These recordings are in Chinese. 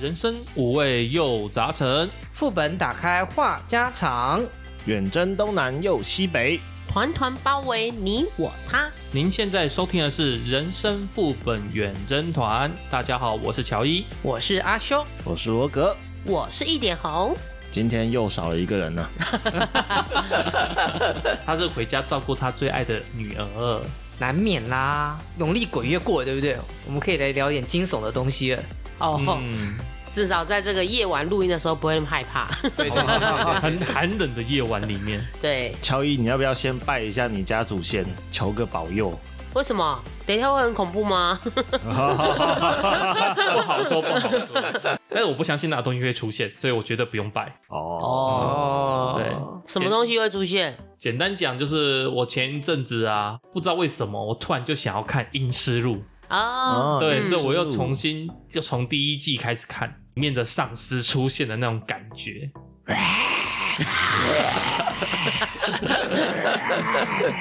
人生五味又杂陈，副本打开话家常，远征东南又西北，团团包围你我他。您现在收听的是《人生副本远征团》。大家好，我是乔 伊。我是阿修。我是罗格。我是一点红，今天又少了一个人呢、啊他是回家照顾他最爱的女儿。难免啦，农历鬼月过了，对不对？我们可以来聊点惊悚的东西了。哦、嗯，至少在这个夜晚录音的时候不会那么害怕。 对好吧好吧哦很寒冷的夜晚里面，对， 乔伊，你要不要先拜一下你家祖先，求个保佑？为什么？等一下会很恐 怖吗？不好说，不好 说。但是我不相信那东西会出现，所以我觉得不用拜。哦，哦，对，什么东西会出现？简单讲就是，我前一阵子啊，不知道为什么，我突然就想要看《阴尸路》。哦，对，嗯所以我又重新就从第一季开始看，里面的丧尸出现的那种感 觉。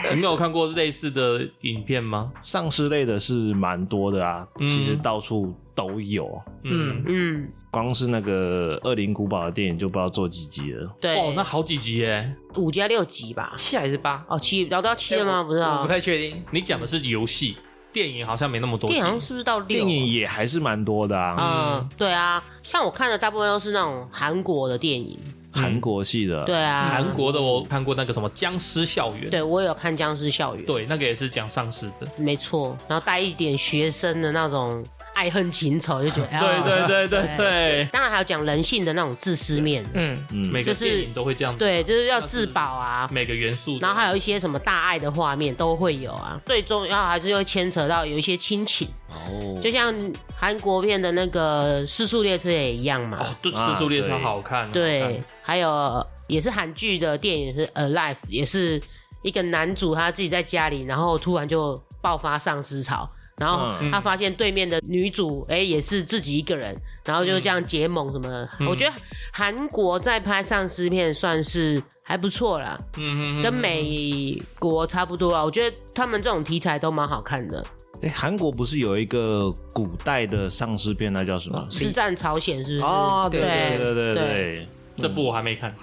你们有看过类似的影片吗？丧尸类的是蛮多的啊，嗯其实到处都有。嗯，嗯，光是那个《恶灵古堡》的电影就不知道做几集了。对，哦，那好几集耶！五加六集吧？七还是八？哦，七聊到七了哎吗？不知我道不，太确定。你讲的是游戏，电影好像没那么多集。电影好像是不是到六？电影也还是蛮多的啊，嗯，对啊，像我看的大部分都是那种韩国的电影，韩、国系的。嗯对啊，韩，国的我看过那个什么《僵尸校园》，对我有看《僵尸校园》，，对，那个也是讲丧尸的。没错，然后带一点学生的那种爱恨情仇，就觉得，对啊对对对 对对，当然还有讲人性的那种自私面，嗯，嗯，每个就是电影都会这样子。对，就是要自保啊，每个元素，然后还有一些什么大爱的画面都会有啊，最重要还是会牵扯到有一些亲情，哦，就像韩国片的那个《失速列车》也一样嘛，哦，对，啊《失速列车对》嗯好看。哦好看对，还有呃也是韩剧的电影是《Alive》，也是一个男主他自己在家里，然后突然就爆发丧尸潮，然后嗯他发现对面的女主哎、诶也是自己一个人，然后就这样结盟什么的。嗯我觉得韩国在拍丧尸片算是还不错啦，嗯嗯，跟美国差不多啊。我觉得他们这种题材都蛮好看的，哎，韩国不是有一个古代的丧尸片，那叫什么？ 《实战朝鲜》哦是不是？哦，对对对对对对对，这部我还没 看。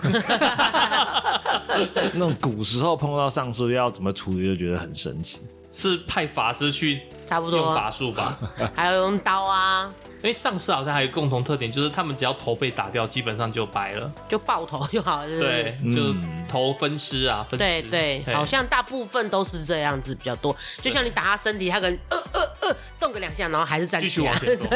那种古时候碰到丧尸要怎么处理，就觉得很神奇。是派法师去差不用多，法术吧？还有用刀啊，因为丧尸好像还有一个共同特点，就是他们只要头被打掉，基本上就白了。就爆头就好了，是不是对，嗯就头分尸啊，分对尸对，嘿好像大部分都是这样子比较多。就像你打他身体，他可能呃呃呃动个两下，然后还是站继续起来往。前 走。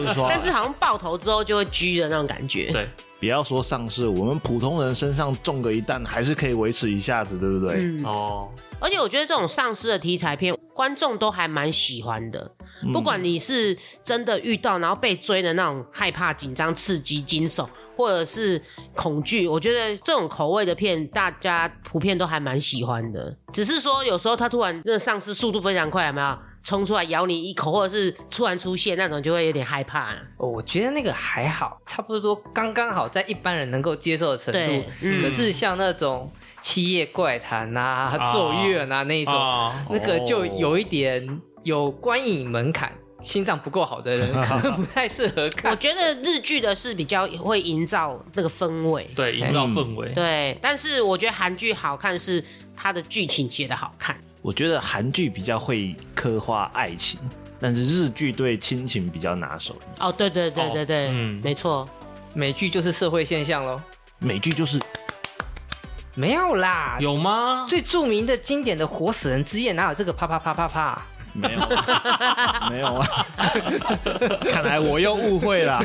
我是说啊 但是好像爆头之后就会狙的那种感觉。对，不要说丧尸，我们普通人身上中个一弹，还是可以维持一下子，对不对？嗯，哦，而且我觉得这种丧尸的题材片，观众都还蛮喜欢的。嗯嗯不管你是真的遇到，然后被追的那种害怕、紧张、刺激、惊悚，或者是恐惧，我觉得这种口味的片，大家普遍都还蛮喜欢的。只是说有时候它突然那个丧尸速度非常快，有没有冲出来咬你一口，或者是突然出现那种，就会有点害怕、哦，我觉得那个还好，差不多刚刚好，在一般人能够接受的程对度。，可嗯，是像那种《七夜怪谈》呐、啊《咒怨》啊那一种，啊，那个就有一点有观影门槛，心脏不够好的人可能不太适合我看。觉得日剧的是比较会营造那个氛围。对，嗯营造氛围。对，但是我觉得韩剧好看是它的剧情写的好看，我觉得韩剧比较会刻画爱情，但是日剧对亲情比较拿手。哦，对对对对对，哦嗯没错，美剧就是社会现象喽，美剧就是没有啦。有吗？最著名的经典的《活死人之夜》哪有这个啪啪啪啪啪？没有啊， 没有啊，看来我又误会了。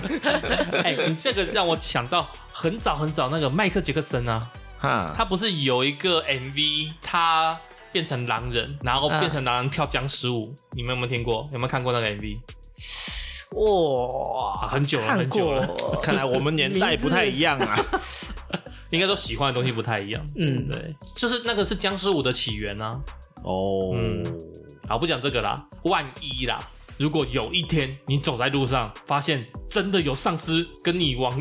哎，你这个让我想到很早很早那个迈克杰克森啊，哈，他不是有一个 MV，他变成狼人，然后变成狼人跳僵尸舞，你们有没有听过？有没有看过那个 MV？哇啊，很久了看过很看来我们年代不太一样啊。应该说喜欢的东西不太一样。嗯对，就是那个是僵尸舞的起源啊。哦，嗯好，不讲这个啦，万一啦。如果有一天你走在路上，发现真的有丧尸跟你往，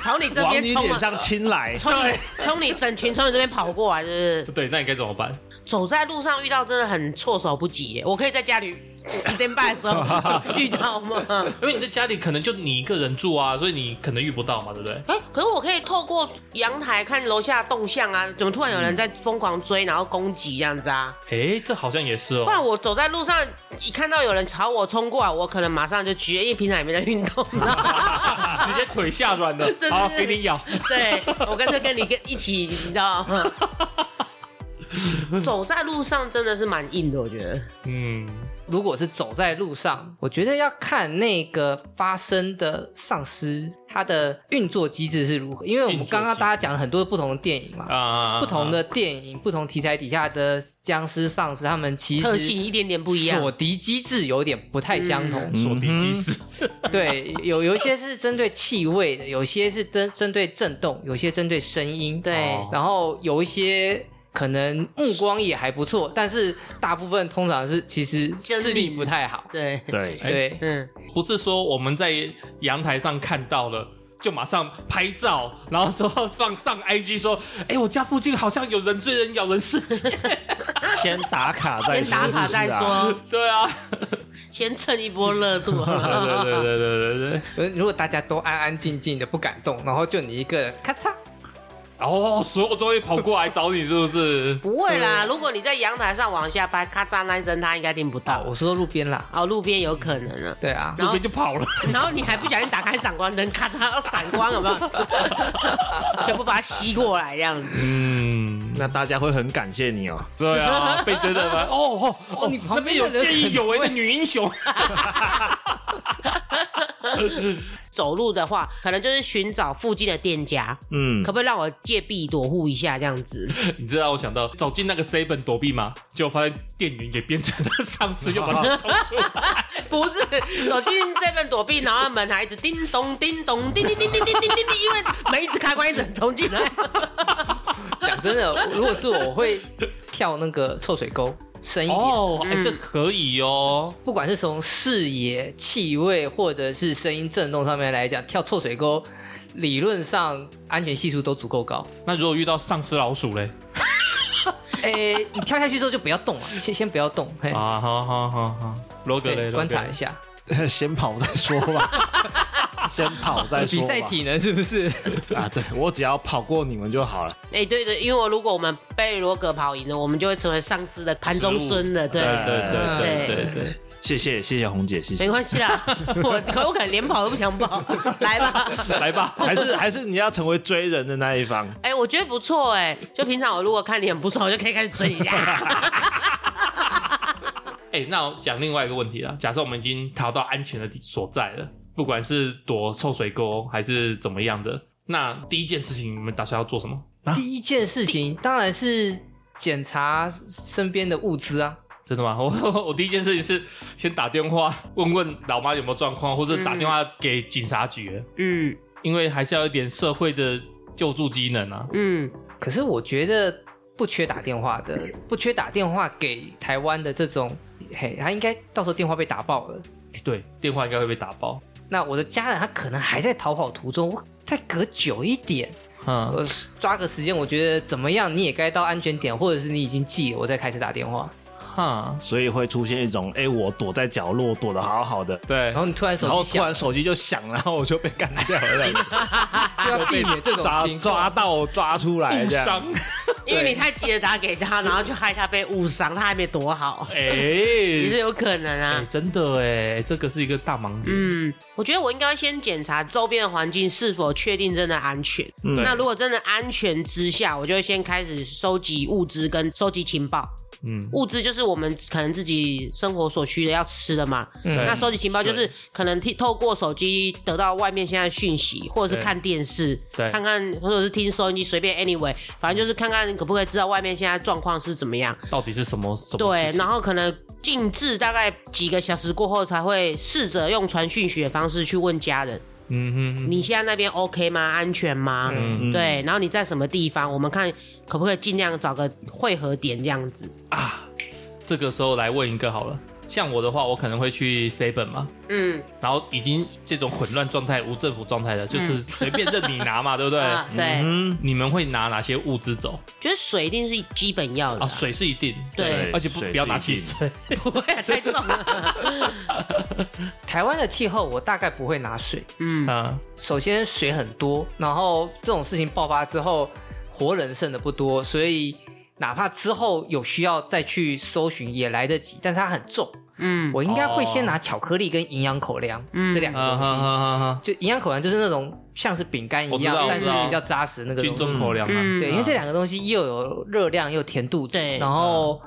朝你这往边你冲啊脸！上亲来，从你从你整群从你这边跑过来，就是对，那你该怎么办？走在路上遇到真的很措手不及耶。我可以在家里十点半的时 候遇到吗？因为你在家里可能就你一个人住啊，所以你可能遇不到嘛，对不对？哎、可是我可以透过阳台看楼下动向啊，怎么突然有人在疯狂追，然后攻击这样子啊？哎、这好像也是不然哦。我走在路上，一看到有人朝我冲过来，我可能马上就举了，因为平常也没在运动。 直接腿下软了对，好，对对给你咬。对我干脆跟你跟一起，你知道？ 走在路上真的是蛮硬的，我觉得。嗯，如果是走在路上，我觉得要看那个发生的丧尸它的运作机制是如何，因为我运们作刚刚机制大家讲了很多不同的电影嘛，啊不同的电影、不同题材底下的僵尸、丧尸，他们其实特性一点点不一样所敌机制有点不太相同。锁敌机制，对，有有一些是针对气味的，有些是针针对震动，有些针对声音。对，哦然后有一些可能目光也还不错，但是大部分通常是其实真视力理不太好。对，对，对，嗯，不是说我们在阳台上看到了。就马上拍照，然后说放上 IG 说，哎、我家附近好像有人追人咬人事件。先打卡再先说，打卡是不再是啊，说，对啊，先蹭一波热度。？对 对对对对对对。呃如果大家都安安静静的不敢动，然后就你一个人咔嚓，哦，所有都会跑过来找你，是不是不会啦，如果你在阳台上往下拍，咔嚓那一声，他应该听不到。我说路边啦，哦，路边有可能啊。对啊，然路后边就跑了， 然后你还不小心打开闪光灯，咔嚓，闪光有没有？ 全部把它吸过来这样子。嗯，那大家会很感谢你哦。对啊，被追的吗？哦哦哦你旁那边边有的人见义勇为的女英雄，走路的话，可能就是寻找附近的店家，嗯可，不可以让我借避躲护一下这样 子？你知道我想到走进那个 seven 躲避吗？结果发现店员也变成了丧尸，又把他冲出来。不是，走进这份躲避，然后门还一直叮咚叮咚叮叮叮叮叮叮叮叮，因为门一直开关，一直冲进来。讲真的，我如果是我我会跳那个臭水沟深一点。哦，哎、嗯这可以哦。不管是从视野、气味，或者是声音震动上面来讲，跳臭水沟，理论上安全系数都足够 高。那如果遇到丧尸老鼠嘞？诶、哎你跳下去之后就不要动了，先 先不要动，嘿，啊，好好好好，罗格嘞，对，观察一下。下。 先跑再说吧，先跑再说比吧。赛体能是不是？啊，对我只要跑过你们就好了。哎、对对，因为如果我们被罗格跑赢了，我们就会成为丧尸的盘中孙了。对，对对对对对对对，谢谢谢谢红姐，谢没谢。关系啦， 我我可能连跑都不想跑，来吧。来吧，还是还是你要成为追人的那一方，哎、我觉得不错哎、就平常我如果看你很不爽，我就可以开始追你 啦。哎、那我讲另外一个问题啊，假设我们已经逃到安全的地所在了，不管是躲臭水沟还是怎么样的，那第一件事情你们打算要做什么？啊第一件事情当然是检查身边的物资啊。真的吗？ 我我第一件事情是先打电话问问老妈有没有状况，或者打电话给警察局，嗯因为还是要有一点社会的救助机能啊。嗯，可是我觉得不缺打电话的，不缺打电话给台湾的这种，嘿，他应该到时候电话被打爆了。哎对，电话应该会被打爆。那我的家人他可能还在逃跑途中，我再隔久一点，嗯，我抓个时间，我觉得怎么样，你也该到安全点，或者是你已经记了，我再开始打电话。哈，所以会出现一种，哎、我躲在角落躲得好好的，对然，后你突然手然后机突响，然手机就响，然后我就被干掉了，就要避免这种抓情抓况。到抓出来误这样。伤。因为你太急着打给他，然后就害他被误伤，他还没躲好，哎、也是有可能哎、啊。真的哎，这个是一个大盲点。嗯，我觉得我应该先检查周边的环境是否确定真的安全。嗯那如果真的安全之下，我就会先开始收集物资跟收集情报。嗯，物资就是我们可能自己生活所需的要吃的嘛。嗯对那收集情报就是可能透透过手机得到外面现在的讯息，或者是对看电视，对看看或者是听收音机，随便 anyway，反正就是看看可不可以知道外面现在状况是怎么样。到底是什么什么？对，然后可能静置大概几个小时过后，才会试着用传讯息的方式去问家人，嗯哼，你现在那边 OK 吗？安全吗？嗯嗯对，然后你在什么地方？我们看可不可以尽量找个汇合点这样子。啊，这个时候来问一个好了，像我的话，我可能会去 seven 嘛，嗯，然后已经这种混乱状态、无政府状态了，就是随便任你拿 嘛，对不对？啊对，嗯，你们会拿哪些物资走觉得水一定是基本要的啊？啊，水是一定，对而且不水不要拿是一汽定水，不会啊太重了。 台湾的气候，我大概不会拿水。嗯，嗯，首先水很多，然后这种事情爆发之后，活人剩的不多，所以哪怕之后有需要再去搜寻也来得及，但是它很重，嗯，我应该会先哦拿巧克力跟营养口粮、嗯这两个啊哈东西。哈哈哈，就营养口粮就是那种像是饼干一我知样道，但是我知道比较扎实那个军东中西。口粮嘛，嗯对，因为这两个东西又有热量又甜度，对然后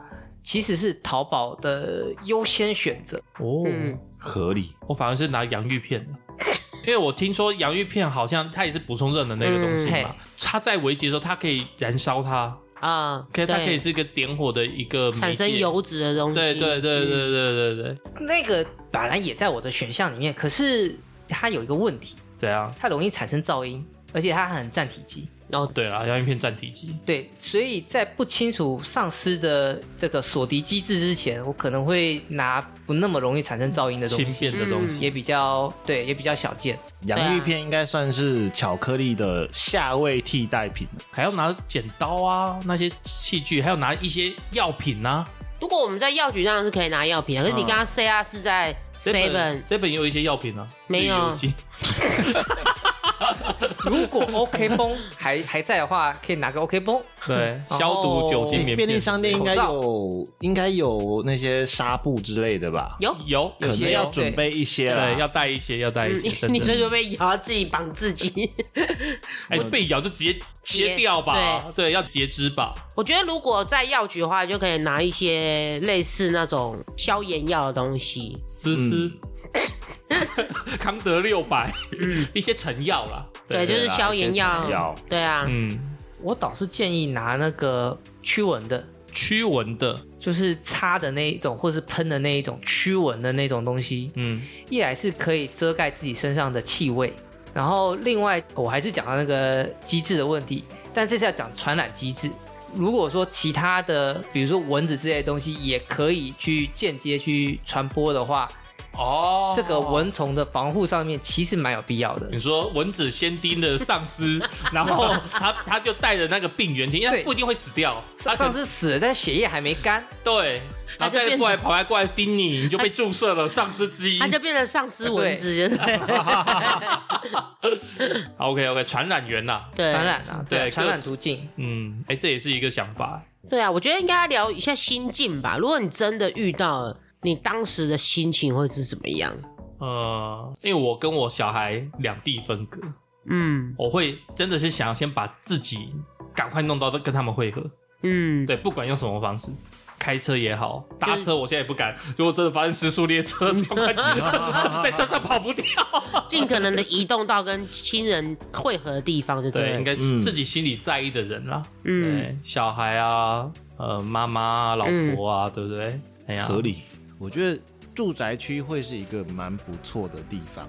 其实是淘宝的优先选择。哦，嗯合理。我反而是拿洋芋片的。因为我听说洋芋片好像它也是补充热能的一个东西嗯嘿嘛，它在危急的时候它可以燃烧它，啊，可以它可以对，是一个点火的一个媒产生介油脂的东西。嗯对对对对对对对，那个本来也在我的选项里面，可是它有一个问题，怎样？它容易产生噪音，而且它很占体积。哦，对啦，洋芋片占体积，对，所以在不清楚丧尸的这个锁敌机制之前，我可能会拿不那么容易产生噪音的东轻西，便嗯的东西。也比较对，也比较小见。洋芋片应该算是巧克力的下位替代品了。还要拿剪刀啊，那些器具，还要拿一些药品啊。如果我们在药局当然是可以拿药品啊，可是你嗯刚刚 C R 是在 Seven，这本也有一些药品啊，没有绿油 精如果 OK 绷还还在的话，可以拿个 OK 绷。对，哦消毒酒精棉哦便利片商店应该口有，应该有那些纱布之类的吧？有。有，可能些要啊有准备一些啦。对，要带一些，要带一嗯些。哎真你的，最就被咬自己绑自己。 哎，被咬就直接切掉吧，对，要截肢吧。我觉得如果在药局的话，就可以拿一些类似那种消炎药的东西。思思， 康德六百， 一些成药啦，嗯对，就是啦消炎一些成药药。对啊，嗯，我倒是建议拿那个驱蚊的，驱蚊的，就是擦的那一种，或是喷的那一种驱蚊的那种东西。嗯，一来是可以遮盖自己身上的气味，然后另外我还是讲到那个机制的问题，但这次要讲传染机制。如果说其他的，比如说蚊子之类的东西，也可以去间接去传播的话，哦，这个蚊虫的防护上面其实蛮有必要的。你说蚊子先叮了丧 尸，然后他他就带着那个病原体，因为对他不一定会死掉，他上可上能次死了，但血液还没干，对，然他后就再变过来跑来过来叮你，你就被注射了丧尸之一 它。就 变成丧尸蚊子，就是 OK OK，传染源呐，对传染啊，对啊对传各染途径。嗯，哎，这也是一个想法，对啊，我觉得应该聊一下心境吧。如果你真的遇到了，你当时的心情会是怎么样？呃，因为我跟我小孩两地分隔，嗯我会真的是想要先把自己赶快弄到跟他们会合，嗯，对，不管用什么方式。开车也好，就是搭车我现在也不敢。如果真的发生失速列车，状况 就在车上跑不掉。尽可能的移动到跟亲人汇合的地方就对，了应该嗯是自己心里在意的人啦。嗯，对，小孩啊，呃，妈妈啊，老婆啊，对不对？哎呀，合理。我觉得住宅区会是一个蛮不错的地方，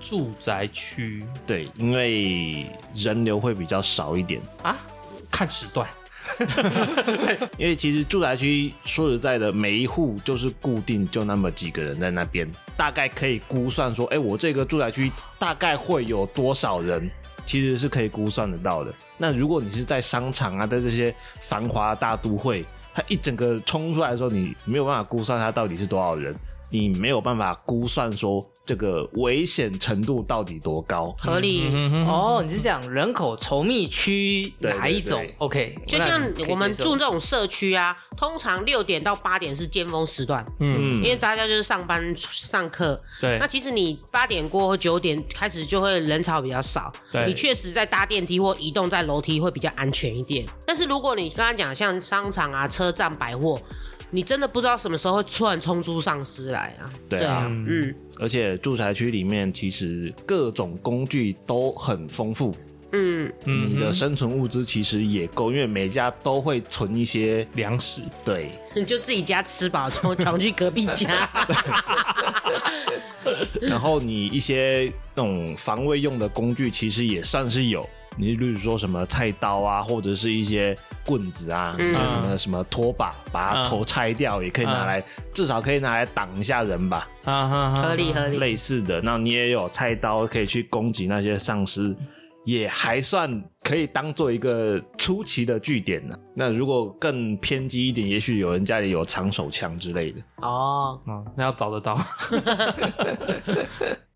住宅区对，因为人流会比较少一点。看时段，因为其实住宅区说实在的，每一户就是固定就那么几个人在那边，大概可以估算说，哎、我这个住宅区大概会有多少人，其实是可以估算得到的。那如果你是在商场啊，在这些繁华大都会，它一整个冲出来的时候，你没有办法估算它到底是多少人，你没有办法估算说这个危险程度到底多高。合理。嗯哼，哦，你是讲人口稠密区对哪一种对对？OK，就那像你可以我们接住受这种社区啊，通常六点到八点是尖峰时段，嗯，因为大家就是上班上课。对那，其实你八点过后九点开始就会人潮比较少，对你确实在搭电梯或移动在楼梯会比较安全一点。但是如果你刚刚讲像商场啊、车站、百货，你真的不知道什么时候会突然冲出丧尸来啊！对啊嗯，嗯而且住宅区里面其实各种工具都很丰富，嗯，嗯你的生存物资其实也够，因为每家都会存一些。粮食，对，你就自己家吃饱，从闯去隔壁家。 啊然后你一些那种防卫用的工具其实也算是有，你例如说什么菜刀啊，或者是一些棍子啊，嗯一些什么什么拖把，把它头拆掉，也可以拿来，至少可以拿来挡一下人吧，啊哈哈， 合理合理。类似的。那你也有菜刀可以去攻击那些丧尸，也还算可以当做一个出奇的据点呢、那如果更偏激一点，也许有人家里有长手枪之类的。哦，啊，那要找得 到，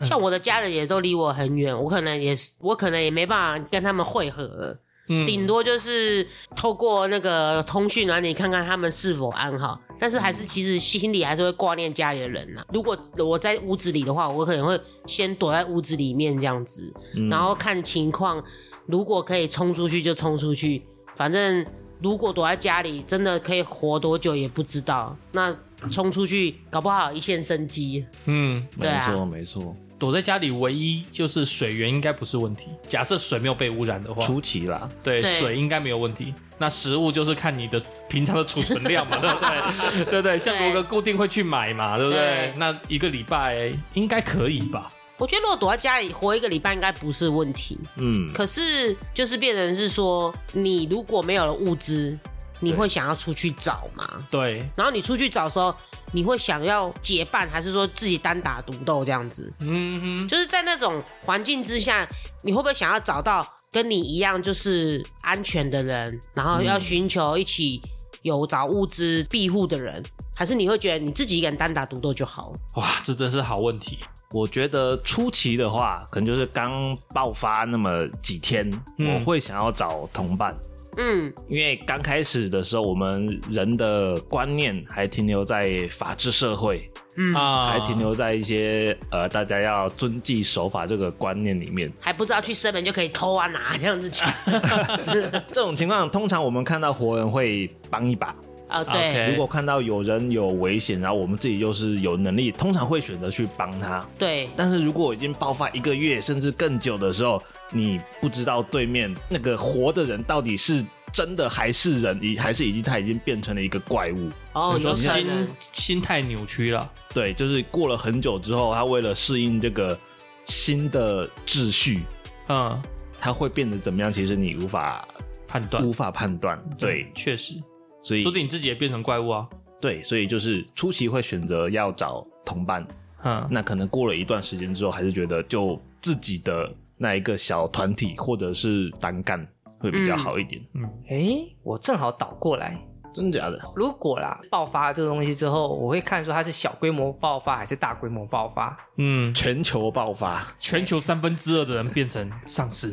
像我的家人也都离我很远，我可能也是，我可能也没办法跟他们会合了，嗯顶多就是透过那个通讯软体看看他们是否安好，但是还是其实心里还是会挂念家里的人呐、如果我在屋子里的话，我可能会先躲在屋子里面这样子，嗯然后看情况，如果可以冲出去就冲出去，反正如果躲在家里，真的可以活多久也不知道。那冲出去，搞不好一线生机。嗯，没对啊错没错，躲在家里唯一就是水源应该不是问题。假设水没有被污染的话，出奇啦。对对水应该没有问题。那食物就是看你的平常的储存量嘛，对不对？对不对？像罗哥固定会去买嘛，对不对对？那一个礼拜应该可以吧？我觉得如果躲在家里活一个礼拜应该不是问题，嗯，可是就是变成是说，你如果没有了物资，你对会想要出去找吗？对，然后你出去找的时候，你会想要结伴，还是说自己单打独斗这样子？嗯哼，就是在那种环境之下，你会不会想要找到跟你一样就是安全的人，然后嗯要寻求一起有找物资庇护的人？还是你会觉得你自己一个人单打独斗就好？哇，这真是好问题。我觉得初期的话，可能就是刚爆发那么几天，嗯我会想要找同伴，嗯，因为刚开始的时候，我们人的观念还停留在法治社会，嗯啊，还停留在一些呃大家要遵纪守法这个观念 里面。还不知道去生门就可以偷啊拿这样子去这种情况，通常我们看到活人会帮一把，啊？对 OK 哎如果看到有人有危险，然后我们自己又是有能力，通常会选择去帮他。对，但是如果已经爆发一个月甚至更久的时候，你不知道对面那个活的人到底是真的还是人，已还是已经他已经变成了一个怪物。哦，你说有可心能心态扭曲了，对，就是过了很久之后，他为了适应这个新的秩序，嗯，他会变得怎么样？其实你无法判断无法判断。对，确实，所以说不定你自己也变成怪物啊，对，所以就是初期会选择要找同伴，嗯，那可能过了一段时间之后，还是觉得就自己的那一个小团体或者是单干会比较好一点。 诶，我正好倒过来，嗯真的假的？如果啦爆发这个东西之后，我会看说它是小规模爆发还是大规模爆发。嗯，全球爆发，全球三分之二的人变成丧尸，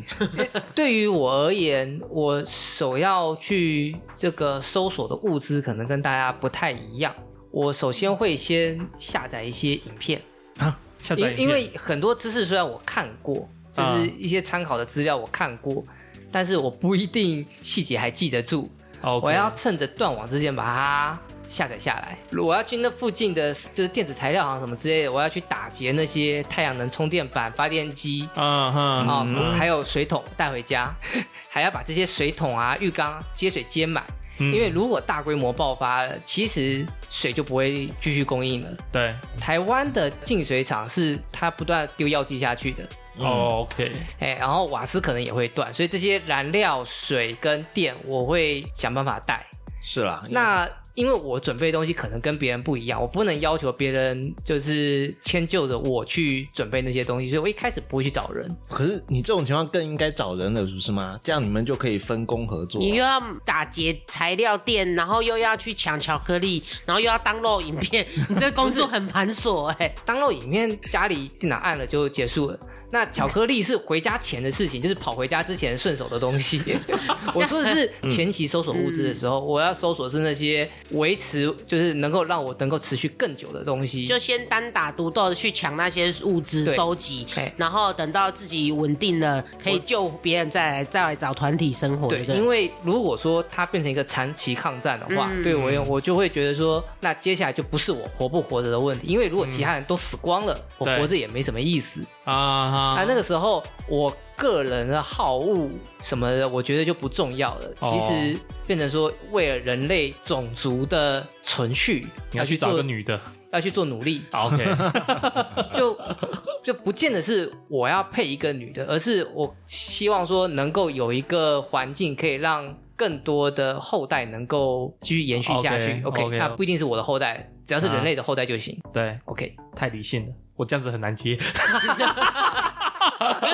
对于我而言，我首要去这个搜索的物资可能跟大家不太一样。我首先会先下载一些影片，啊，下载影因片因为很多知识虽然我看过，啊就是一些参考的资料我看过，但是我不一定细节还记得住。 OK 我要趁着断网之前把它下载下来。我要去那附近的就是电子材料行什么之类的，我要去打劫那些太阳能充电板、发电机嗯啊、哼，哦嗯还有水桶带回家， 还要把这些水桶啊、浴缸啊接水接满。嗯因为如果大规模爆发了，其实水就不会继续供应了。对台湾的净水厂是它不断丢药剂下去的，哦，OK，哎，然后瓦斯可能也会断，所以这些燃料、水跟电我会想办法带。是啦。那因为我准备的东西可能跟别人不一样，我不能要求别人就是迁就着我去准备那些东西，所以我一开始不会去找人。可是你这种情况更应该找人了，不是吗？这样你们就可以分工合作。你又要打劫材料店，然后又要去抢巧克力，然后又要当肉影片，你这工作很繁琐哎、当肉影片家里电脑按了就结束了。那巧克力是回家前的事情，就是跑回家之前顺手的东 西。我说的是前期搜索物资的时候，我要搜索是那些维持，就是能够让我能够持续更久的东西。就先单打独斗的去抢那些物资对收集哎，然后等到自己稳定了，可以救别人，再来再来找团体生活。对，不因为如果说它变成一个长期抗战的话，嗯对我而言我就会觉得说，那接下来就不是我活不活着的问题，因为如果其他人都死光了，我嗯对活着也没什么意思。啊哈那那个时候，我个人的好恶什么的，我觉得就不重要了。哦其实变成说，为了人类种族的存续，你要去找做个，女的要去做 努力，啊，OK， 就就不见得是我要配一个女的，而是我希望说能够有一个环境可以让。更多的后代能够继续延续下去 OK，OK 那不一定是我的后代，只要是人类的后代就行。对， OK，太理性了，我这样子很难接。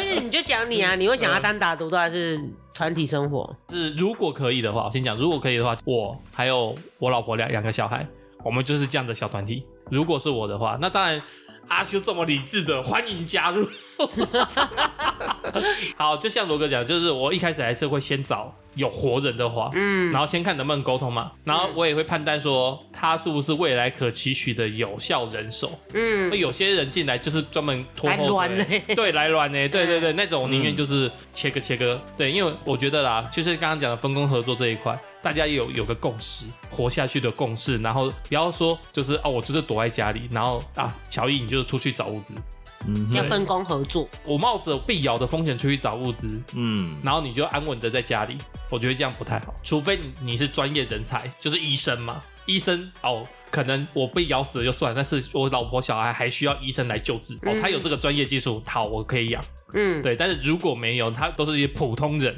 因为你就讲你啊，你会想要单打独斗还是团体生活？是如果可以的话，我先讲，如果可以的话，我还有我老婆两两个小孩，我们就是这样的小团体。如果是我的话，那当然阿修这么理智的，欢迎加入。 好，就像罗哥讲，就是我一开始还是会先找有活人的话，嗯然后先看能不能沟通嘛，然后我也会判断说他是不是未来可期许的有效人手。那嗯，有些人进来就是专门拖后来乱嗯腿，欸对，来乱呢、对对对，那种宁愿就是切割切割，对，因为我觉得啦，就是刚刚讲的分工合作这一块，大家有有个共识，活下去的共识，然后不要说就是哦，我就是躲在家里，然后啊，乔伊你就是出去找物资，嗯要哼分工合作。我冒着被咬的风险出去找物资，嗯，然后你就安稳的在家里，我觉得这样不太好，除非你你是专业人才，就是医生嘛，医生哦。可能我被咬死了就算，但是我老婆小孩还需要医生来救治哦，嗯他有这个专业技术，好，我可以养。嗯，对，但是如果没有，他都是一些普通 人，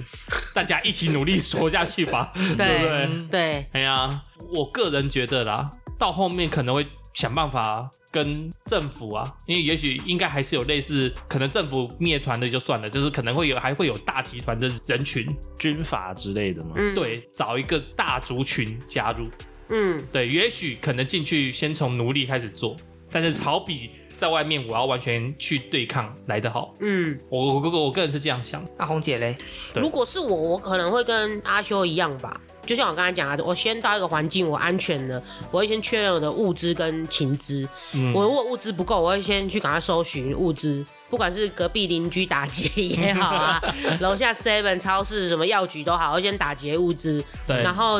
大家一起努力活下去吧，对不对对？对，哎呀，我个人觉得啦，到后面可能会想办法跟政府啊，因为也许应该还是有类似，可能政府灭团的就算了，就是可能会有还会有大集团的人群，军阀之类的嘛，嗯，对，找一个大族群加入，嗯，对，也许可能进去先从奴隶开始做，但是好比在外面我要完全去对抗来得好，嗯我我我我个人是这样想，那红姐嘞，对如果是我，我可能会跟阿修一样吧。就像我刚才讲的，我先到一个环境，我安全了，我会先确认我的物资跟情资。嗯，我如果物资不够，我会先去赶快搜寻物资，不管是隔壁邻居打劫也 好啊，楼下 Seven 超市什么药局都好，我会先打劫物资，对然后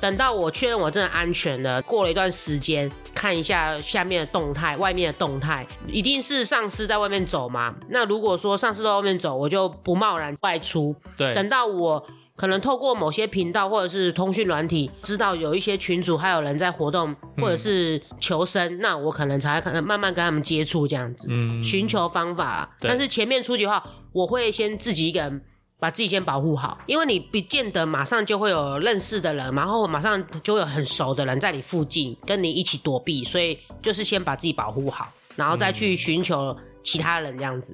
等到我确认我真的安全了，过了一段时间，看一下下面的动态，外面的动态，一定是丧尸在外面走嘛。那如果说丧尸在外面走，我就不贸然外出，对，等到我。可能透过某些频道或者是通讯软体，知道有一些群主还有人在活动嗯或者是求生，那我可能才可能慢慢跟他们接触这样子。嗯寻求方法啦。对但是前面出去的话，我会先自己一个人把自己先保护好，因为你不见得马上就会有认识的人，然后马上就会有很熟的人在你附近跟你一起躲避，所以就是先把自己保护好，然后再嗯去寻求其他人这样子。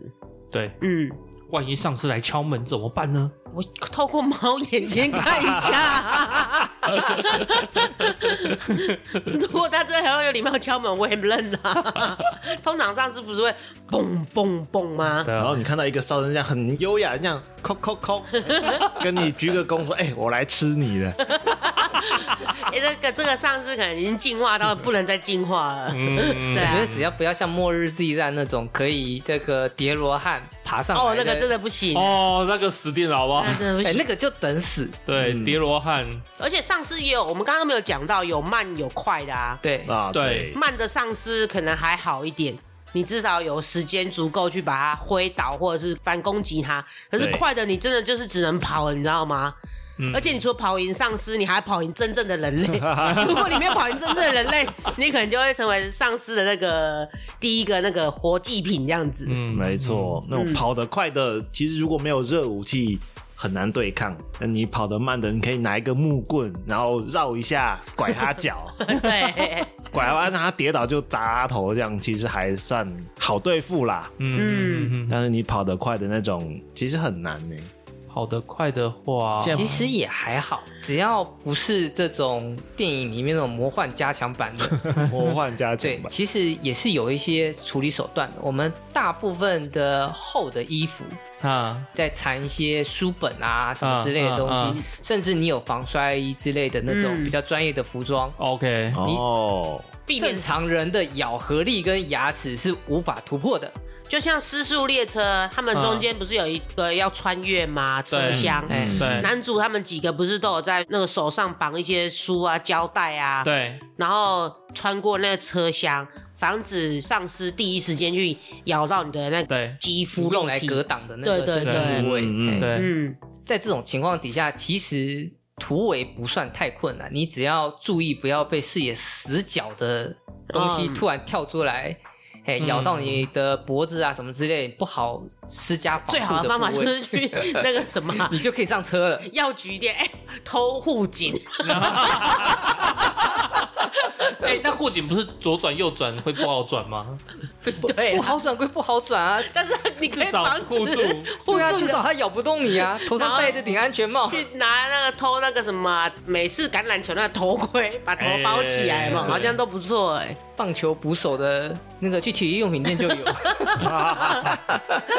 对，嗯，万一上司来敲门怎么办 呢？我透过猫眼先看一下。 如果他真的很有礼貌敲门，我也不认啦。通常上司不是会嘣嘣嘣吗？对啊然后你看到一个烧人这样很优雅，这样扣扣扣， 跟你鞠个躬说：“哎、我来吃你的。哎、这个这个上司可能已经进化到不能再进化了。嗯，我 对觉啊得，只要不要像《末日 Z 战》那种可以这个叠罗汉爬上来哦，那个真的，的不行，哦，那个死定了，好不好那？真的不哎、行。那个就等死。对，嗯叠罗汉，而且上司也有，我们刚刚没有讲到有慢有快的啊。对”，啊， 对对，慢的上司可能还好一点，你至少有时间足够去把它挥倒或者是反攻击它。可是对快的你真的就是只能跑了，你知道吗？嗯而且你除了跑赢上司，你还跑赢真正的 人类。如果你没有跑赢真正的人类，你可能就会成为上司的那个第一个那个活祭品这样子。嗯没错，那种跑得快的，其实如果没有热武器。很难对抗。那你跑得慢的，你可以拿一个木棍，然后绕一下，拐他 脚，嗯对，拐完让他跌倒就砸他头，这样其实还算好对付啦。嗯，嗯嗯但是你跑得快的那种，其实很难欸 呢、嗯跑得快的话，其实也还好，只要不是这种电影里面那种魔幻加强版 的，魔幻加强对，吧，其实也是有一些处理手段的。我们大部分的厚的衣服，啊，再缠一些书本啊什么之类的东西，啊啊啊甚至你有防摔衣之类的那种嗯比较专业的服装， OK，哦，避免正 常人的咬合力跟牙齿是无法突破的。就像失速列车，他们中间不是有一个要穿越吗？车对厢，哎嗯对男主他们几个不是都有在那个手上绑一些书啊、胶带啊，对，然后穿过那个车厢，防止丧尸第一时间去咬到你的那个对，肌肤用肉来体格挡的那个对身对体部位。嗯嗯哎对嗯，在这种情况底下，其实突围不算太困难，你只要注意不要被视野死角的东西嗯突然跳出来，哎、嗯咬到你的脖子啊什么之类，不好施加防护最好的的方法部就位是去那个什么啊你就可以上车 了。药局店，哎，偷护颈， 哎、那护颈不是左转右转会不好转 吗？对不啊，好转归不好转 啊，但是你可至以少防止护住，护对啊，住至你少它咬不动你啊，头然上后戴着顶安全帽。去拿那个偷那个什么美式橄榄球那个头盔，把头包起来嘛，哎好像都不错哎、棒球捕手的那个去体育用品店就 有，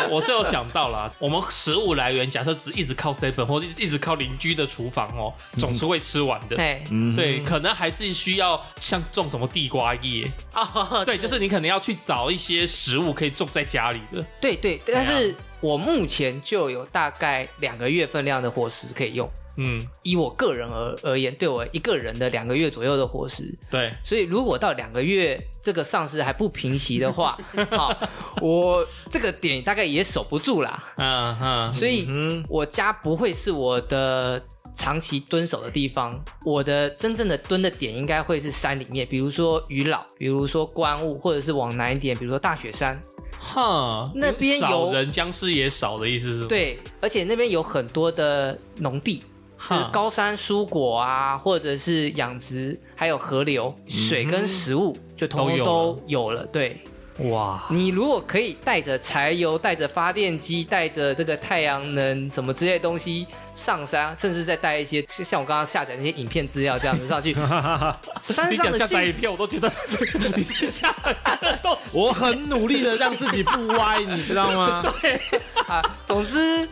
我是有想到啦，我们食物来源假设只一直靠 seven 或者一直靠邻居的厨房哦，总是会吃完的。哎，嗯，对，可能还是需要像种什么地瓜叶，哦， 对，就是你可能要去找一些食物可以种在家里的。对对，但啊是我目前就有大概两个月份量的伙食可以用。嗯，以我个人而而言，对我一个人的两个月左右的伙食，对，所以如果到两个月这个丧尸还不平息 的话，啊、我这个点大概也守不住啦。嗯嗯，所以嗯我家不会是我的长期蹲守的地方，我的真正的蹲的点应该会是山里面，比如说渔老，比如说关雾，或者是往南一点，比如说大雪山。哈，那边有少人，僵尸也少的意思是吗？，对，而且那边有很多的农地，就是哈，高山蔬果啊，或者是养殖，还有河流、水跟食物，就通都嗯通有都有了。对哇，你如果可以带着柴油、带着发电机、带着这个太阳能什么之类的东西上山，甚至再带一些像我刚刚下载那些影片资料这样 子上去，山你上讲的下载幸影片，我都觉 得你是下载的动作。我很努力的让自己不歪，你知道吗？啊，总之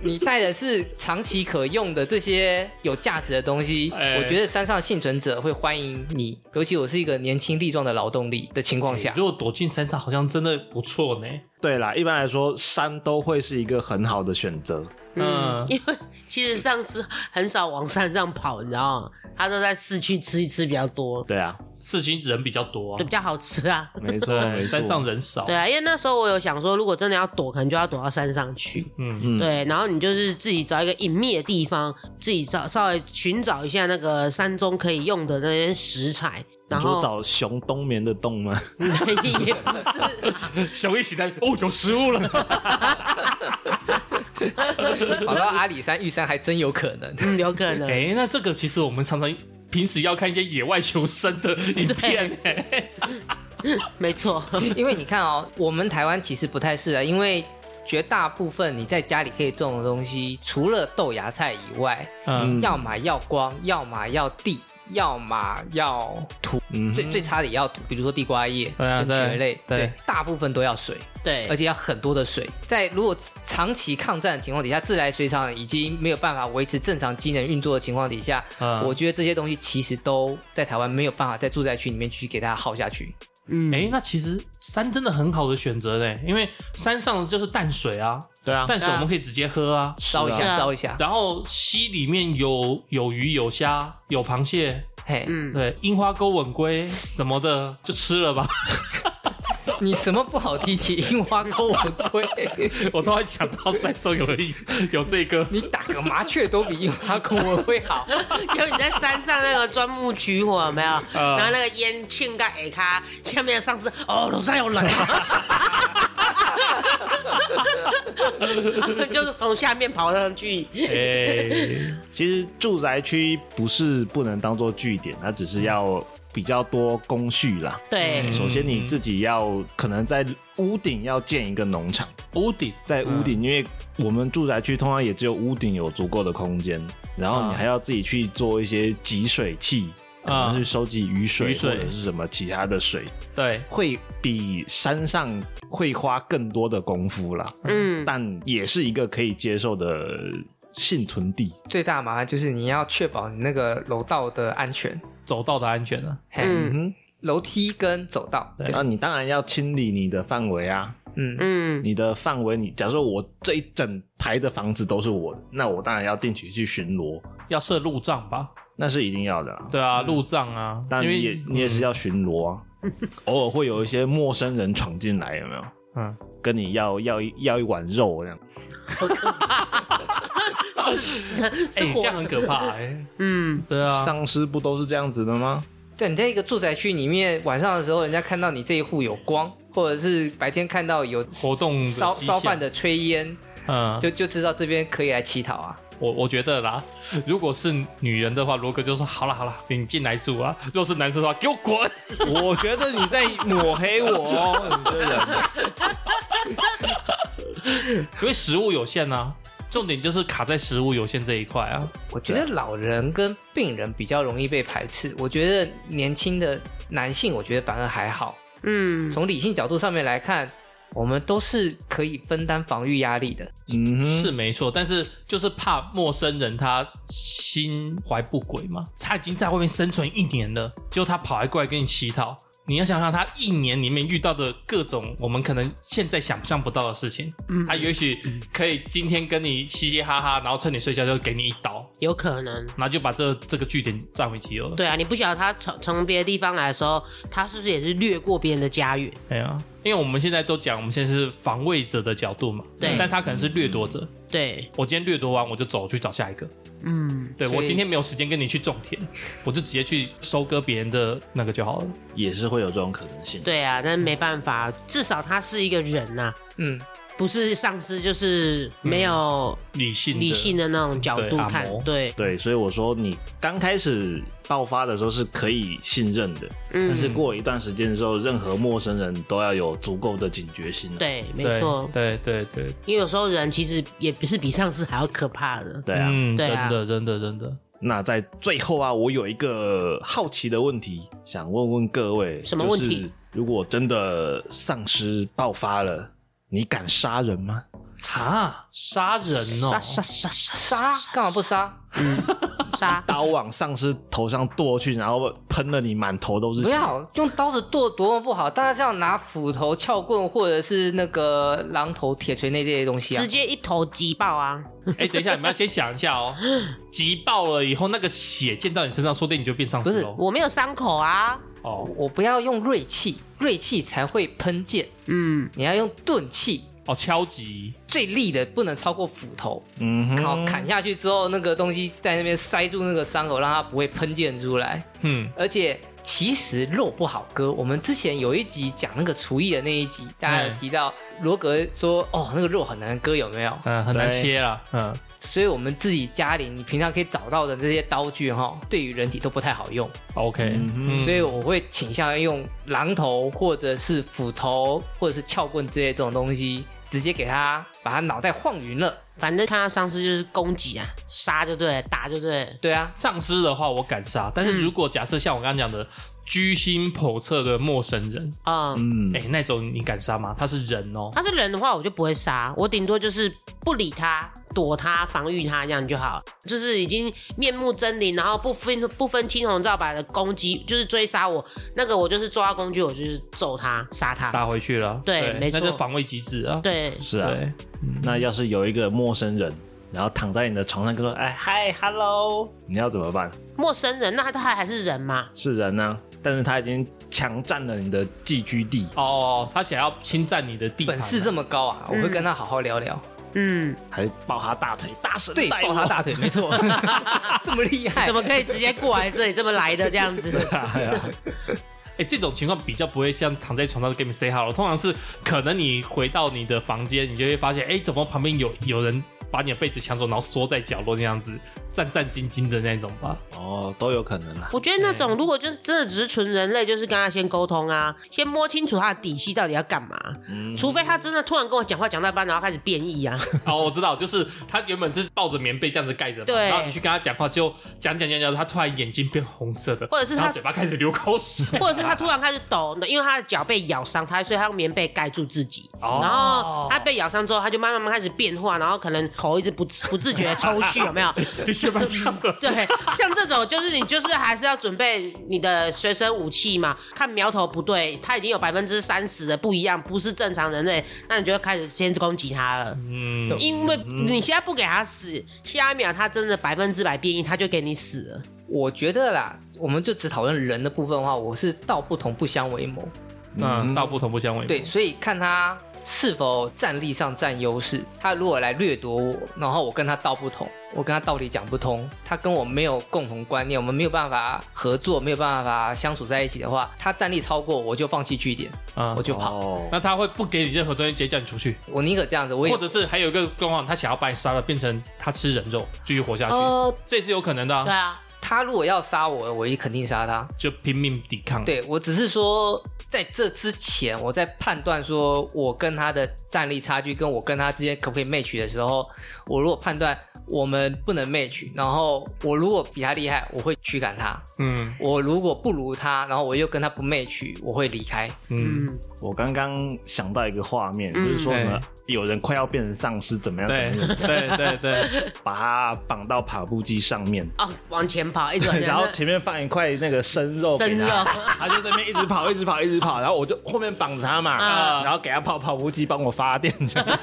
你带的是长期可用的这些有价值的东西，哎我觉得山上幸存者会欢迎你，尤其我是一个年轻力壮的劳动力的情况下，如果躲进山上，好像真的不错呢。对啦，一般来说，山都会是一个很好的选择。嗯，因为其实上次很少往山上跑，你知道吗？他都在市区吃一吃比较多，对 啊，市区人比较多对，啊比，较好吃啊。没错，没对，错。山上人少。对啊，因为那时候我有想说，如果真的要躲，可能就要躲到山上去。嗯，嗯，对，然后你就是自己找一个隐秘的地方，自己找稍微寻找一下那个山中可以用的那些食材，然你说后找熊冬眠的洞吗？ 也不是小一起来，哦，有食物了。跑到阿里山、玉山还真有可能。 嗯，有可能。哎，那这个其实我们常常平时要看一些野外求生的影片哎。没错，因为你看哦，我们台湾其实不太是啊，因为绝大部分你在家里可以种的东西，除了豆芽菜以外，嗯嗯要么要光，要么要地，要么要土，嗯最最差的也要土，比如说地瓜叶、对啊跟蕨对类，对哎大部分都要水，对，而且要很多的水。在如果长期抗战的情况底下，自来水厂已经没有办法维持正常机能运作的情况底下，嗯我觉得这些东西其实都在台湾没有办法在住宅区里面去给它耗下去。嗯，哎，那其实山真的很好的选择嘞，因为山上就是淡水啊，对啊，淡水我们可以直接喝啊。烧一是下，啊烧一下，然后溪里面有有鱼、有虾、有螃蟹，嘿，嗯， 对，樱花钩吻龟什么的就吃了吧。 你什么不好提起樱花钩吻龟？我突然想到山中有一 有这 个， 你打个麻雀都比樱花钩吻龟好。就你在山上那个钻木取火，有没有？呃然后那个烟沁到下卡，下面的丧尸哦，楼上有人、 就是从下面跑上去。嗯哎，其实住宅区不是不能当做据点，它只是要比较多工序啦。对嗯，首先你自己要可能在屋顶要建一个农场，屋顶在屋嗯顶，因为我们住宅区通常也只有屋顶有足够的空间，然后你嗯还要自己去做一些集水器，可啊能是收集雨水雨水或者是什么其他的水，对，会比山上会花更多的功夫啦，嗯，但也是一个可以接受的幸存地。最大麻烦就是你要确保你那个楼道的安全。走道的安全呢、啊嘿嗯嗯哼，啊楼梯跟走道。对那你当然要清理你的范围啊，嗯，嗯，你的范围，你假设我这一整排的房子都是我的，那我当然要定期去巡逻，要设路障吧？那是一定要的啊。对嗯啊，路障啊，但因为你也你也是要巡 逻啊，偶尔会有一些陌生人闯进来，有没有？嗯，跟你要要一要一碗肉这样， 是哎、是这火样很可怕哎、 嗯，对啊，丧尸不都是这样子的吗？对，你在一个住宅区里面，晚上的时候，人家看到你这一户有光，或者是白天看到有活动的烧迹烧饭象，的炊烟，嗯，就就知道这边可以来乞讨啊。我我觉得啦，如果是女人的话，罗哥就说好了好了，你进来住啊；若是男生的话，给我滚！我觉得你在抹黑我哦，你嗯这人。因为食物有限啊，重点就是卡在食物有限这一块啊。我觉得老人跟病人比较容易被排斥，我觉得年轻的男性，我觉得反而还好。嗯，从理性角度上面来看，我们都是可以分担防御压力的。嗯哼，是没错，但是就是怕陌生人他心怀不轨嘛，他已经在外面生存一年了，结果他跑来过来跟你乞讨，你要想想他一年里面遇到的各种我们可能现在想象不到的事情，嗯他也许可以今天跟你嘻嘻哈哈，然后趁你睡觉就给你一刀，有可能。然后就把这这个据点占为己有了。对啊，你不晓得他从从别的地方来的时候，他是不是也是掠过别人的家园？对啊，因为我们现在都讲我们现在是防卫者的角度嘛，对但他可能是掠夺者，对，我今天掠夺完我就走去找下一个。嗯，对所以我今天没有时间跟你去种田，我就直接去收割别人的那个就好了。也是会有这种可能性。对啊，但没办法，至少他是一个人呐、嗯，不是丧尸就是没有理性嗯的，理性的那种角度对看按摩，对，对，所以我说你刚开始爆发的时候是可以信任的，但嗯，是过一段时间之后，任何陌生人都要有足够的警觉心、啊。对，没对，错，对对对，因为有时候人其实也不是比丧尸还要可怕的，对啊，嗯，对真啊的真的真的，那在最后啊，我有一个好奇的问题想问问各位，什么问题？如果真的丧尸爆发了，你敢杀人吗？哈，杀人哦，杀杀杀杀杀干嘛不杀？哦杀，刀往丧尸头上剁去，然后喷了你满头都是不血。要用刀子剁多么不好，大家是要拿斧头、撬棍或者是那个榔头、铁锤那这些东西啊直。接一头击爆啊！哎，等一下，你们要先想一下 哦，急爆了以后，那个血溅到你身上，说不定你就变丧不尸是喽。我没有伤口啊，哦我不要用锐气，锐气才会喷溅，嗯，你要用钝器，哦，敲击，最利的不能超过斧头。嗯然后哼，砍下去之后，那个东西在那边塞住那个伤口，让它不会喷溅出来。嗯，而且其实肉不好割，我们之前有一集讲那个厨艺的那一集，大家有提到罗格说哦，那个肉很难割，有没有？嗯，很难对切啦，嗯，所以我们自己家里你平常可以找到的这些刀具哈，对于人体都不太好用， OK，嗯哼嗯所以我会倾向于用榔头或者是斧头或者是撬棍之类这种东西，直接给他把他脑袋晃晕了。反正看到丧尸就是攻击啊，杀就对了，打就对了，对啊，丧尸的话，我敢杀，但嗯是如果假设像我刚刚讲的居心叵测的陌生人，嗯。嗯哎、，那种你敢杀吗？他是人哦，他是人的话，我就不会杀，我顶多就是不理他、躲他、防御他这样就好。就是已经面目狰狞，然后不分不分青红皂白的攻击，就是追杀我，那个我就是抓工具，我就是揍他、杀他。打回去了，对没错那就防卫机制啊，对，是啊。对那要是有一个陌生人，然后躺在你的床上跟说：“哎嗨，hello，你要怎么办？陌生人，那他还还是人嘛？是人呢、但是他已经强占了你的寄居地。哦，他想要侵占你的地盘、本啊，事这么高啊，我会跟他好好聊聊。嗯，还抱他大腿，大声对，带抱他大腿，没错，这么厉害，怎么可以直接过来这里这么来的这样子？大呀！ 哎、这种情况比较不会像躺在床上跟你 say hello，通常是可能你回到你的房间，你就会发现，哎、怎么旁边有有人把你的被子抢走，然后缩在角落那样子，战战兢兢的那种吧。哦，都有可能啦。我觉得那种如果就是真的只是纯人类，就是跟他先沟通啊，先摸清楚他的底细到底要干嘛。嗯，除非他真的突然跟我讲话讲到一半，然后开始变异啊。哦，我知道，就是他原本是抱着棉被这样子盖着嘛，对然后你去跟他讲话，就讲讲讲讲，他突然眼睛变红色的，或者是他然后嘴巴开始流口水，啊或者是他突然开始抖，因为他的脚被咬伤，他所以他用棉被盖住自己。哦然后他被咬伤之后，他就慢慢慢慢开始变化，然后可能口一直不不自觉地抽搐，有没有？就血 脉性对，像这种就是你就是还是要准备你的随身武器嘛，看苗头不对，它已经有百分之三十的不一样，不是正常人类，那你就会开始先攻击它了。嗯，因为你现在不给它死，下一秒它真的百分之百变异，它就给你死了。我觉得啦，我们就只讨论人的部分的话，我是道不同不相为谋。嗯那道不同不相为谋。对，所以看他是否战力上占优势。他如果来掠夺我，然后我跟他道不同，我跟他道理讲不通，他跟我没有共同观念，我们没有办法合作，没有办法相处在一起的话，他战力超过我，我就放弃据点，啊我，就跑。哦，那他会不给你任何东西，直接叫你出去，我宁可这样子，我也或者是还有一个状况，他想要把你杀了，变成他吃人肉继续活下去，呃，这也是有可能的对啊，啊，他如果要杀我，我也肯定杀他。就拼命抵抗。对我只是说，在这之前，我在判断说我跟他的战力差距，跟我跟他之间可不可以 match 的时候，我如果判断我们不能 match，然后我如果比他厉害，我会驱赶他；嗯我如果不如他，然后我又跟他不 match，我会离开。嗯，嗯，我刚刚想到一个画面，就是嗯说什么对有人快要变成丧尸，怎么样怎么对样怎么样，对对 对，把他绑到跑步机上 面，哦，往前跑，一直往 前然跑后前面放一块那个生啊肉，生肉，。他就在那边一直跑，一直跑，一直跑，然后我就后面绑着他嘛，啊然后给他跑跑步机帮我发电，这 样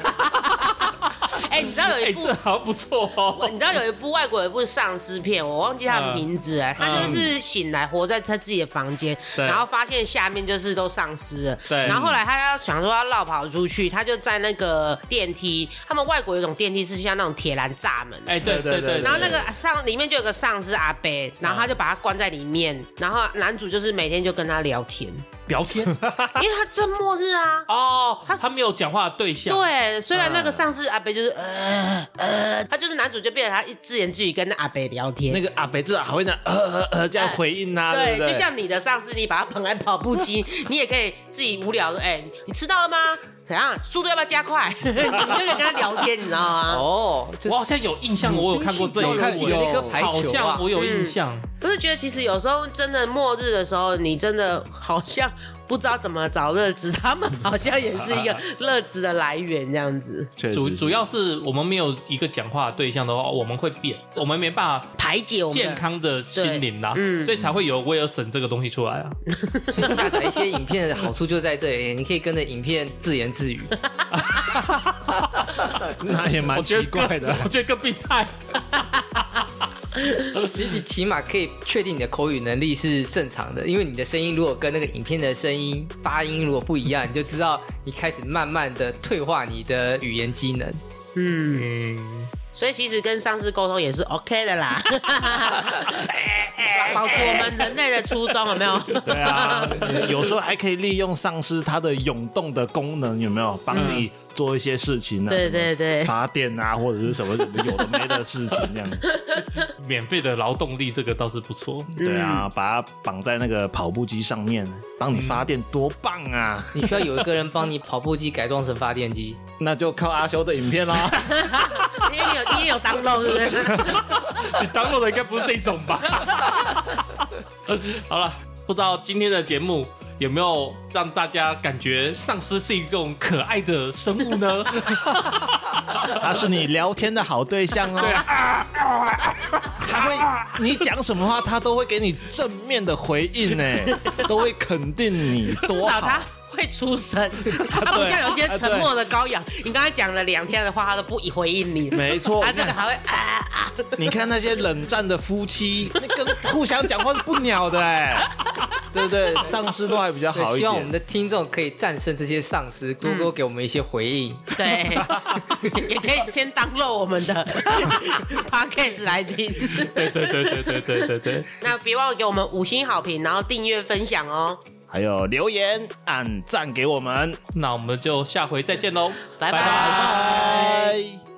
哎、你知道有哎，一部这好像不错哦。你知道有一部外国有一部丧尸片，我忘记它的名字哎、他就是醒来活在他自己的房间，啊对然后发现下面就是都丧尸了，对然后后来他要想说要绕跑出去，他就在那个电梯，他们外国有一种电梯是像那种铁栏栅门。啊哎，对对对对对，对然后那个上里面就有个丧尸阿伯，然后他就把他关在里面，然后男主就是每天就跟他聊天，聊 天啊因为他正末日啊，哦，他他没有讲话的对象，啊对，虽嗯然那个上次阿北就是、呃呃，他就是男主就变成他一自言自语跟那阿北聊天。那个阿北至少还会那呃呃呃这样回应他，对对不对？就像你的上司，你把他绑来跑步机，你也可以自己无聊说，哎、你吃到了吗？怎样？速度要不要加快？ 你就可以跟他聊天，你知道吗？哦，就我好像有印象，我有看过这一有看部过哎，那个排好球啊像我，有印象。我是觉得其实有时候真的末日的时候，你真的好像不知道怎么找乐子，他们好像也是一个乐子的来源这样子，嗯确实主是主要是我们没有一个讲话的对象的话，我们会变，我们没办法排解我们的健康的心灵啦，对嗯所以才会有威尔森这个东西出来啊。所以下载一些影片的好处就在这里，你可以跟着影片自言自语。那也蛮我觉奇得更 怪的，我觉得更病态。你你起码可以确定你的口语能力是正常的，因为你的声音如果跟那个影片的声音发音如果不一样，你就知道你开始慢慢的退化你的语言机能。嗯。嗯，所以其实跟上司沟通也是 OK 的 啦，保持我们人类的初衷，有没 有？对 啊，有时候还可以利用丧尸它的涌动的功能，有没有帮你做一些事情啊？对什么对对发电啊，或者是什么什么有的没的事情 这样。免费的劳动力这个倒是不错。对啊，把它绑在那个跑步机上面，帮你发电，多棒啊！你需要有一个人帮你跑步机改装成发电机，嗯那就靠阿修的影片啦。因为你有你也有当肉，是不是？ 你当落的应该不是这种吧？ 好了，不知道今天的节目有没有让大家感觉丧尸是一种可爱的生物呢？ 他是你聊天的好对象哦。对啊，他会你讲什么话，他都会给你正面的回应呢，都会肯定你，至多少好他。会出声，他不像有些沉默的羔羊。你刚才讲了两天的话，他都不回应你，没错他这个还会啊啊，你看那些冷战的夫妻，那跟互相讲话是不鸟的哎、对不对？丧尸都还比较对，好一希望我们点。的听众可以战胜这些丧尸，多多给我们一些回应。对，也可以先当肉我们的 podcast 来听。对对对对对对对对，那别忘了给我们五星好评，然后订阅分享哦。还有留言、按赞给我们，那我们就下回再见喽，拜拜拜拜。